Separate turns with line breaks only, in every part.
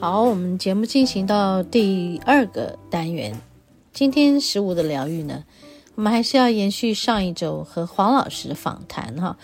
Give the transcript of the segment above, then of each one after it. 好，我们节目进行到第二个单元，今天食物的疗愈呢，我们还是要延续上一周和黄老师的访谈哈，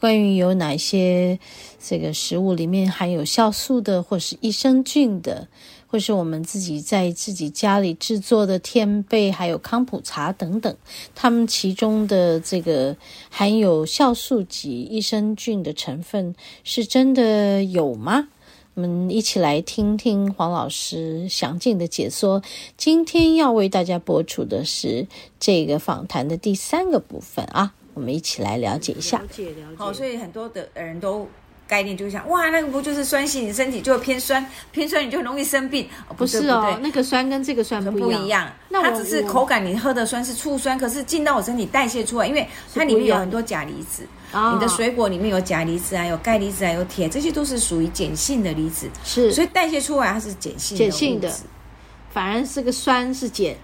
关于有哪些这个食物里面含有酵素的，或是益生菌的，或是我们自己在自己家里制作的天贝，还有康普茶等等，它们其中的这个含有酵素及益生菌的成分，是真的有吗？我们一起来听听黄老师详尽的解说。今天要为大家播出的是这个访谈的第三个部分啊，我们一起来了解一下
了。解了解。
好、所以很多的人都概念就是想，哇，那个不就是酸性，你身体就会偏酸，偏酸你就很容易生病，哦
不是
对
哦，
不对
那个酸跟这个酸
不
不
一
一。
样，
那
它
我
只是
我
口感，你喝的酸是醋酸，可是进到我身体代谢出来，因为它里面有很多钾离子，
啊
你的水果里面有钾离子啊，有钙离子啊，有铁，这些都是属于碱性的离子，
是，
所以代谢出来它是碱性的
碱性的
物质
反而是个酸是碱，
对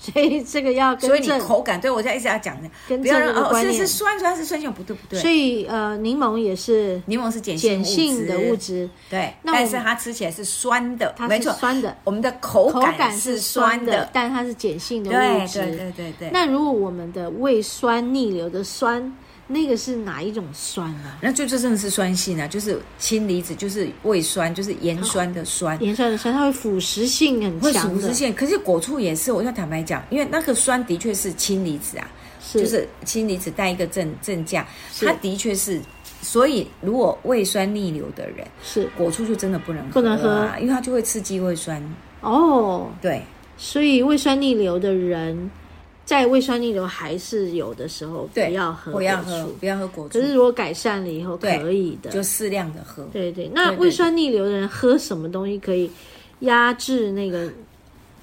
所以这个要
所以
更
你
正。
口感，对我在一直要讲的，
跟
不要
正
让
这个
哦，
观
是
念
是酸，酸是酸性，不对不对，
所以呃，柠檬也是
柠檬是碱性
碱性的物，质，
对，
那我
但
们
是它吃起来是酸的，
它
没
是
错，
酸的，
我们的口
口
感
感
是
是
酸
酸
的
的，，但它是碱性的物
对
质。
对对对对。
那如果我们的胃酸逆流的酸，那个是哪一种酸啊呢、
那就就真的是酸性啊，就是氢离子，就是胃酸，就是盐酸的酸，
盐酸的酸，它会腐蚀性很
会
强
腐蚀
的，
性。可是果醋也是，我要坦白讲，因为那个酸的确是氢离子啊，
是
就是氢离子带一个正正价，
是
它的确是。所以如果胃酸逆流的人，
是
果醋就真的不能
不能
喝
喝
啊，因为它就会刺激胃酸。
哦。
对，
所以胃酸逆流的人，在胃酸逆流还是有的时候不
对，
要喝
不
果
要喝，
醋，
不要喝果醋
可，是如果改善了以后
对
可以的，
就适量的喝。
对对。那
对对
胃酸逆流的人喝什么东西可以压制那个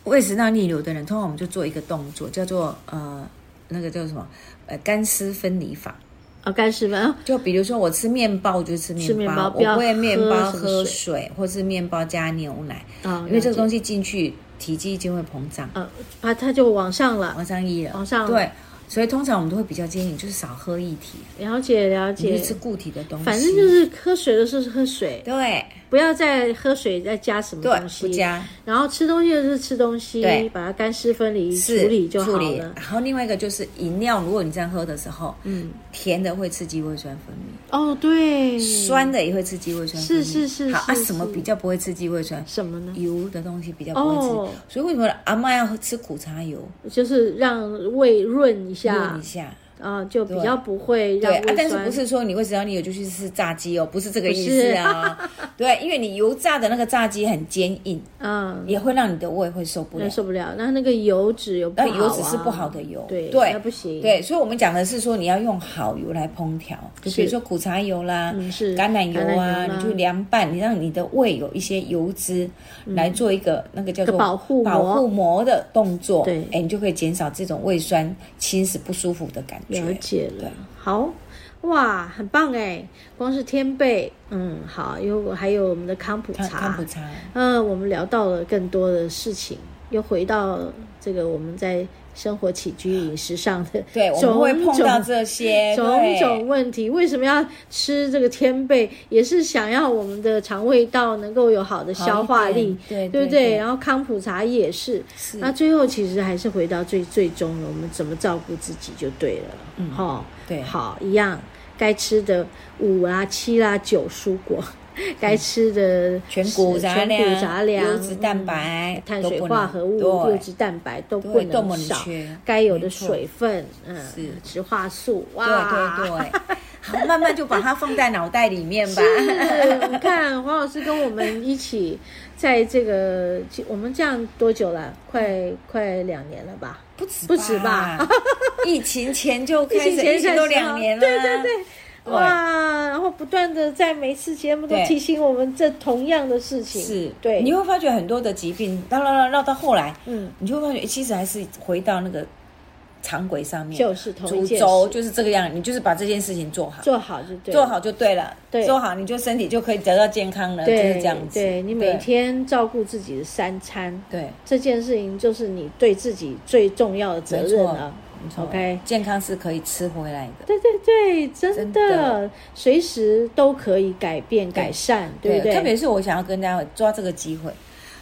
胃食道逆流的人，通常我们就做一个动作，叫做呃，那个叫什么？呃，干湿分离法。
啊干湿分？
就比如说我吃面包，我就吃面包，
吃面包不
我
要
不会面包
喝什么
喝水，或是面包加牛奶，
啊，
因为这个东
西
西进去体积就会膨胀，
呃啊它就往上了，
往上溢了，
往上
对，所以通常我们都会比较建议就是少喝液体，
了解了
你
解
就。吃固体的东西，
反正就是喝水的时候是喝水，
对
不要再喝水再加什么
对
东，西，
不加
然后吃东西就是吃东西
对，
把它干湿分离处
是
理就好
处理
了。
然后另外一个就是饮料，如果你这样喝的时候，
嗯，
甜的会刺激胃酸分泌。
哦，对，
酸的也会刺激胃酸分泌，
是是是
好啊，
是
什么
是
比较不会刺激胃酸？
什么呢？
油的东西比较不会刺激，
哦
所以为什么阿妈要吃苦茶油
就是让胃润一下
润一下？
啊，就比较不会让
对啊，
胃
但是
酸。
不是说你胃食道逆流就去吃炸鸡哦？不是这个意思 啊。对，因为你油炸的那个炸鸡很坚硬，
嗯，
也会让你的胃会受不了
那。受不了。那那个油脂有不
那
好、啊，
油脂是呃不好的油，
对
对
那不行。，
对，所以我们讲的是说你要用好油来烹调，就比如
是
说苦茶油啦，
嗯是
橄榄油啊，
橄榄油啦
你就凉拌，你让你的胃有一些油脂来做一个那个叫做
嗯一个保护膜
保护膜的动作，
对
哎，你就可以减少这种胃酸侵蚀不舒服的感觉。
了解了
对。
好，哇，很棒哎！光是天贝，嗯，好，因为还有我们的康普茶，
看看普茶，
嗯，我们聊到了更多的事情，又回到这个我们在生活起居饮食上的
对，我
种
们会碰到
种
这些
种
对
种问题，为什么要吃这个天贝？也是想要我们的肠胃道能够有好的消化
好
力，
一点对
对不
对对
然后康普茶也是，
是
那最后其实还是回到最最终了，我们怎么照顾自己就对了。嗯，好，
对
好，一样该吃的五啊、七啦、九蔬果，该吃的
嗯全谷
是
杂
全
粮、
谷杂粮、
优质蛋
嗯、
白、
碳
都
水
不能
化合物、
对
优质蛋白都不
对都不能
能少
缺，
该有的
没错
水分，嗯
是，
植化素，哇，
对 对对，好，慢慢就把它放在脑袋里面吧。
是嗯你看黄老师跟我们一起，在这个我们这样多久了？快快两年了吧？
不止
不止吧？
疫情前就开始，
疫情前
疫情都两年了，
对对对。
对
哇，然后不断的在每次节目都
对
提醒我们这同样的事情，
是，
对，
你会发觉很多的疾病绕绕绕绕到后来，
嗯，
你就会发觉诶哎其实还是回到那个常轨上面，
就是同一
主
件
轴
事，
就是这个样，你就是把这件事情做好，
做好就对，
做。好就对了，
对
做好你就身体就可以得到健康了，就
对，
是这样子。
对你每天照顾自己的三餐，
对，
这件事情就是你对自己最重要的责任了。
没错
OK
健康是可以吃回来的。
对对对，真的
真的
随时都可以改变改善，对不对？
特别是我想要跟大家抓这个机会，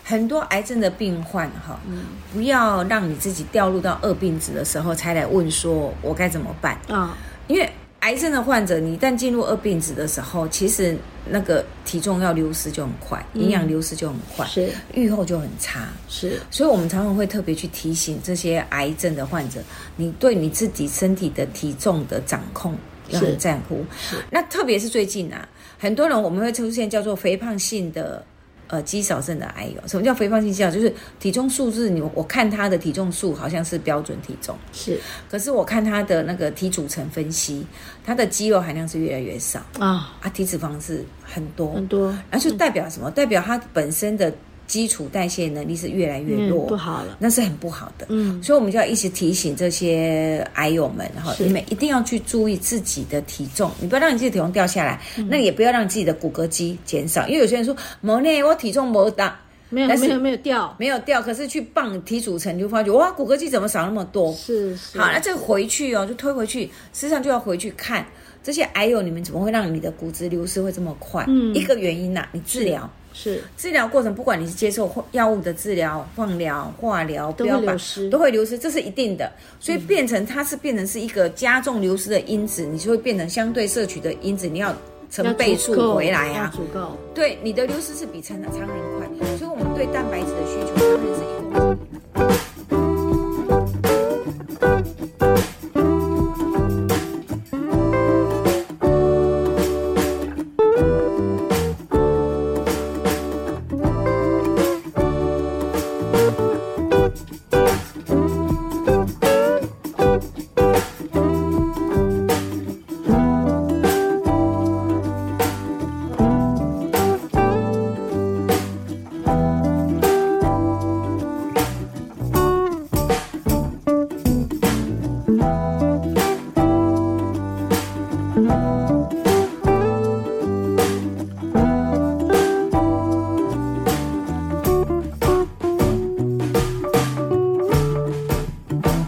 很多癌症的病患哈，
嗯
不要让你自己掉入到恶病子的时候才来问说我该怎么办，
啊，
因为。癌症的患者，你一旦进入恶病子的时候，其实那个体重要流失就很快，营养流失就很快，
嗯是
愈后就很差。
是，
所以我们常常会特别去提醒这些癌症的患者，你对你自己身体的体重的掌控要
是
很在乎。那特别是最近啊，很多人我们会出现叫做肥胖性的。呃，肌少症的癌友，什么叫肥胖性肌少？就是体重数字，你我看他的体重数好像是标准体重，
是
可是我看他的那个体组成分析，他的肌肉含量是越来越少
啊，
啊，体脂肪是很多，
很多
那就代表什么？代表他本身的基础代谢能力是越来越
嗯
弱，
不好了，
那是很不好的。
嗯，
所以我们就要一直提醒这些癌友们，然后
是
你们一定要去注意自己的体重，你不要让你自己体重掉下来，
嗯
那也不要让自己的骨骼肌减少，因为有些人说某内我体重没打
没有
但是
没有没有掉，
没有掉，可是去磅体组成你就发觉哇骨骼肌怎么少那么多？
是是，
好，那这个回去哦，就推回去，事实上就要回去看这些癌友，你们怎么会让你的骨质流失会这么快？
嗯
一个原因呐、你治疗。
是
治疗过程，不管你是接受化药物的治疗、放疗、化疗、
都会
标靶
流失
都会流失，这是一定的。所以变成它是变成是一个加重流失的因子，你就会变成相对摄取的因子，你要
要
成倍
足
数
够
回来啊
要。足够。
对，你的流失是比常常人快，所以我们对蛋白质的需求，常人是一公斤。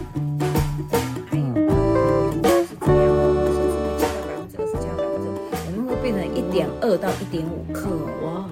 还有就是这样，手术率降到百分之二十，降到百分之五，我们会变成一点二到一点五克哦。
哇，哦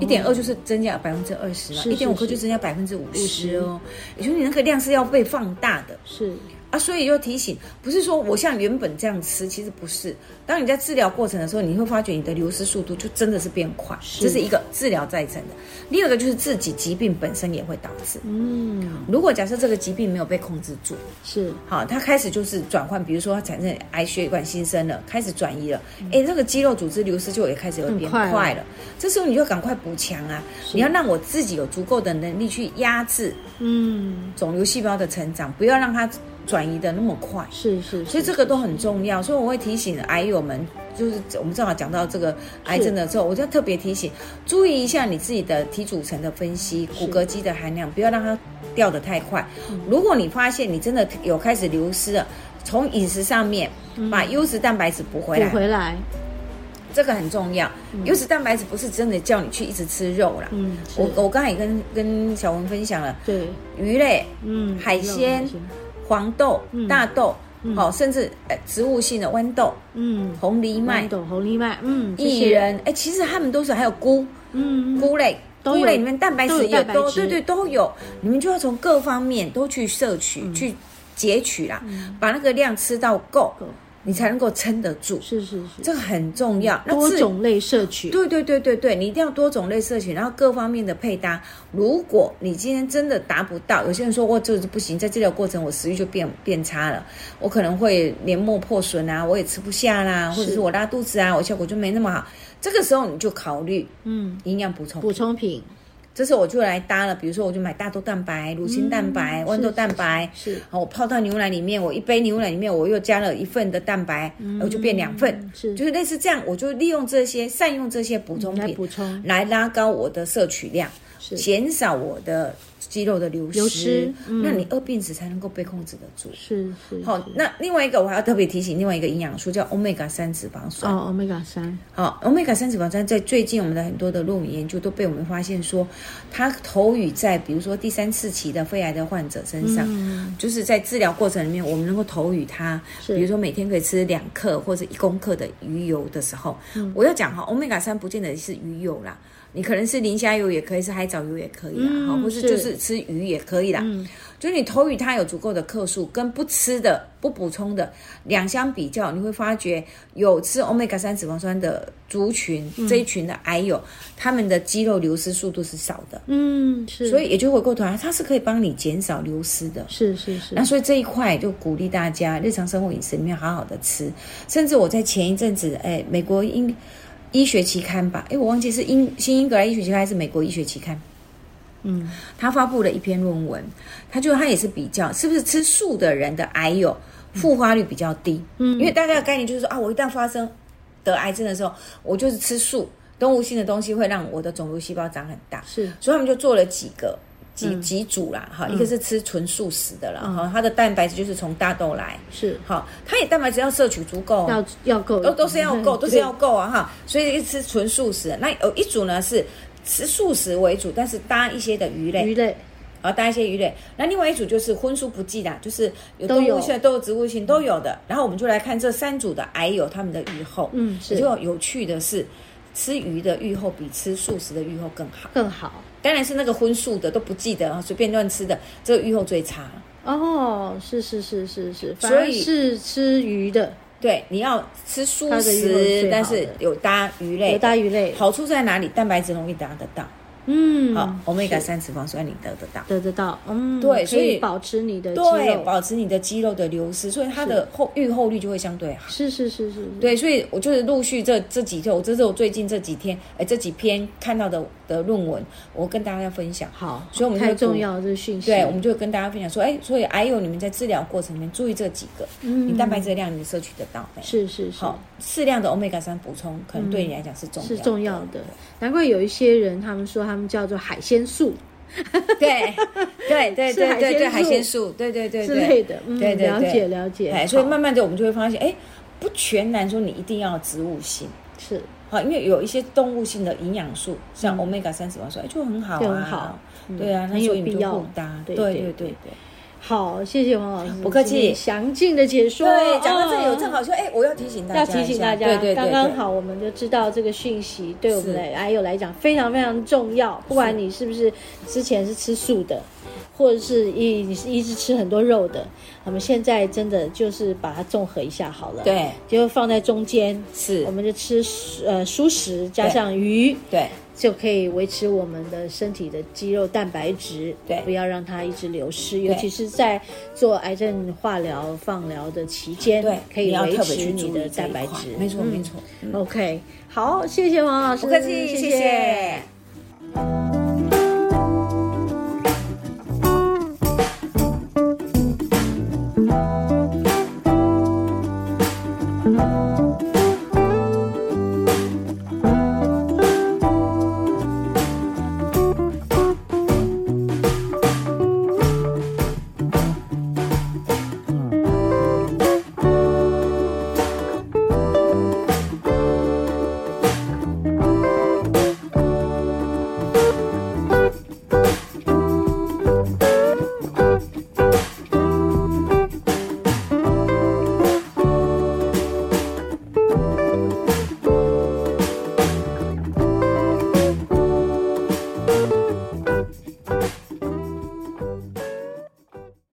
一点二就是增加百分之二十了，
是
一点五
是
克就是增加百分之五十哦，也就是你那个量是要被放大的
是
啊，所以要提醒，不是说我像原本这样吃，其实不是。当你在治疗过程的时候，你会发觉你的流失速度就真的是变快，
是
这是一个治疗再成的。另一个就是自己疾病本身也会导致，
嗯
如果假设这个疾病没有被控制住，
是
好，它开始就是转换，比如说它产生癌血管新生了，开始转移了，哎、那个肌肉组织流失就也开始有变
嗯很快
快了。这时候你就赶快补强啊！你要让我自己有足够的能力去压制
嗯
肿瘤细胞的成长，不要让它转移的那么快。
是是，
所以这个都很重要，所以我会提醒癌友们，就是我们正好讲到这个癌症的时候，我就要特别提醒，注意一下你自己的体组成的分析，骨骼肌的含量，不要让它掉得太快。
嗯
如果你发现你真的有开始流失了，从饮食上面把优质蛋白质补回来，
嗯补回来，
这个很重要。优质蛋白质不是真的叫你去一直吃肉啦。
嗯，
我
是
我刚才也跟跟小文分享了
对，
鱼类、
嗯，
海
肉
鲜黄豆、
嗯
大豆，
嗯
好、甚至呃植物性的豌豆。
嗯，
红藜麦
豌、豆、红藜麦，嗯，这
薏
些，
仁，哎，其实他们都是还有菇、
嗯，
菇类，
都有
菇类里面蛋白
都
质
有
也
蛋白
都
质
对对都有，你们就要从各方面都去摄取、
嗯
去截取啦，把那个量吃到够，
够
你才能够撑得住，
是是是，
这个很重要。那
多
至
种类摄取，
对对对对对，你一定要多种类摄取，然后各方面的配搭。如果你今天真的达不到，有些人说我就是不行，在治疗过程我食欲就变变差了，我可能会年末破损啊，我也吃不下啦，或者
是
是我拉肚子啊，我效果就没那么好。这个时候你就考虑
嗯，
营养补充
补充品
这时候我就来搭了，比如说我就买大豆蛋白、乳清蛋白、豌豆蛋白，
嗯是
好，我泡到牛奶里面，我一杯牛奶里面我又加了一份的蛋白，我就变两份，
嗯是
就是类似这样，我就利用这些善用这些补充
来
品
补充，
来拉高我的摄取量，
是
减少我的肌肉的流失，
流失嗯
那你二病子才能够被控制得住。
是是
好，
是
那另外一个我还要特别提醒，另外一个营养素叫 omega 三脂肪酸。
哦，omega 三
好，omega 三脂肪酸在最近我们的很多的论文研究都被我们发现说，它投予在比如说第三次期的肺癌的患者身上，就是在治疗过程里面，我们能够投予它，
嗯是
比如说每天可以吃两克或者一公克的鱼油的时候，
嗯
我要讲哈，omega 三不见得是鱼油啦，你可能是磷虾油也可以，是海藻油也可以啦，好、
嗯
或是
是
就是吃鱼也可以啦，
嗯
就是你投予它有足够的克数，跟不吃的、不补充的两相比较，你会发觉有吃 omega 三脂肪酸的族群、这一群的癌友，他们的肌肉流失速度是少的，
嗯是，
所以也就回过头来，它是可以帮你减少流失的。
是是是
那所以这一块就鼓励大家日常生活饮食里面好好的吃，甚至我在前一阵子，哎，美国英医学期刊吧，哎，我忘记是英新英格兰医学期刊还是美国医学期刊，
嗯
他发布了一篇论文，他就他也是比较是不是吃素的人的癌友复发率比较低，
嗯
因为大家的概念就是说啊，我一旦发生得癌症的时候，我就是吃素，动物性的东西会让我的肿瘤细胞长很大，
是
所以他们就做了几个
嗯
几几组啦，哈，一个是吃纯素食的啦，哈，它的蛋白质就是从大豆来，
是
好，它也蛋白质要摄取足够哦，
要要够，
都都是要够，
对
都是要够啊哈。所以是吃纯素食，那有一组呢是吃素食为主，但是搭一些的鱼类，
鱼类
然后搭一些鱼类。那另外一组就是荤素不忌的，就是有
都
动
有
物性、都有植物性都有的。然后我们就来看这三组的癌友他们的预后，
嗯是
结果有趣的是。吃鱼的预后比吃素食的预后更好，
更好
当然是那个荤素的都不记得啊，随便乱吃的，这个预后最差。
哦，是是是是是，反
所
而
以
是吃鱼的，
对，你要吃素
它的预后最好
食
的，
但是有搭鱼类的，
有大鱼类，
好处在哪里？蛋白质容易达得到，
嗯，
好，omega 三脂肪酸你得得到，
得得到，嗯，
对
可
所以
保持你的肌
对，
肉，
保持你的肌肉的流失，所以它的后愈后率就会相对好。
是是是是，
对，所以我就是陆续这这几天，我这是我最近这几天，哎，这几篇看到的的论文，我跟大家分享。
好，
所以我们就
太
鼓
重要的这个讯息，
对，我们就跟大家分享说，哎，所以还有你们在治疗过程里面注意这几个，
嗯
你蛋白质的量你摄取得到没？
是是是。
好，适量的 omega 三补充，可能对你来讲是重要
是重要的，难怪有一些人他们说他们叫做海鲜素
对，对 对
吃
对
海
对对，
鲜
海
素
鲜素，对对对
之
对
类的，嗯，
对对
了
对
解了解，
哎，所以
好
慢慢的我们就会发现，哎，不全然说你一定要植物性，
是
好，因为有一些动物性的营养素，像 omega 三脂肪酸，哎，就很好啊，
嗯就很好，嗯
对啊，那
很有
所以你
必
就
要
互搭，
对
对
对
对对对
对。好，谢谢王老师，
不客气
今天详尽的解说，
对，哎讲到这里，我
哦
正好说，哎，我要提醒大家
要
一下，
提醒大家，
对对对，
刚刚
对，
好我们就知道这个讯息对我们
是
的癌友来讲非常非常重要。不管你是不是之前是吃素的，或者是一你是一直吃很多肉的，我们现在真的就是把它综合一下好了。，
对
就放在中间，
是
我，们就吃蔬呃蔬食加上鱼，
对
就可以维持我们的身体的肌肉蛋白质，
对
不要让它一直流失，尤其是在做癌症化疗、放疗的期间，
对，
可以
你要
维
特别
持
去
你
注
的
意这
蛋
一
白
块
质，
没错
嗯
没错，嗯
OK，好，谢谢王老师，
不客气，谢谢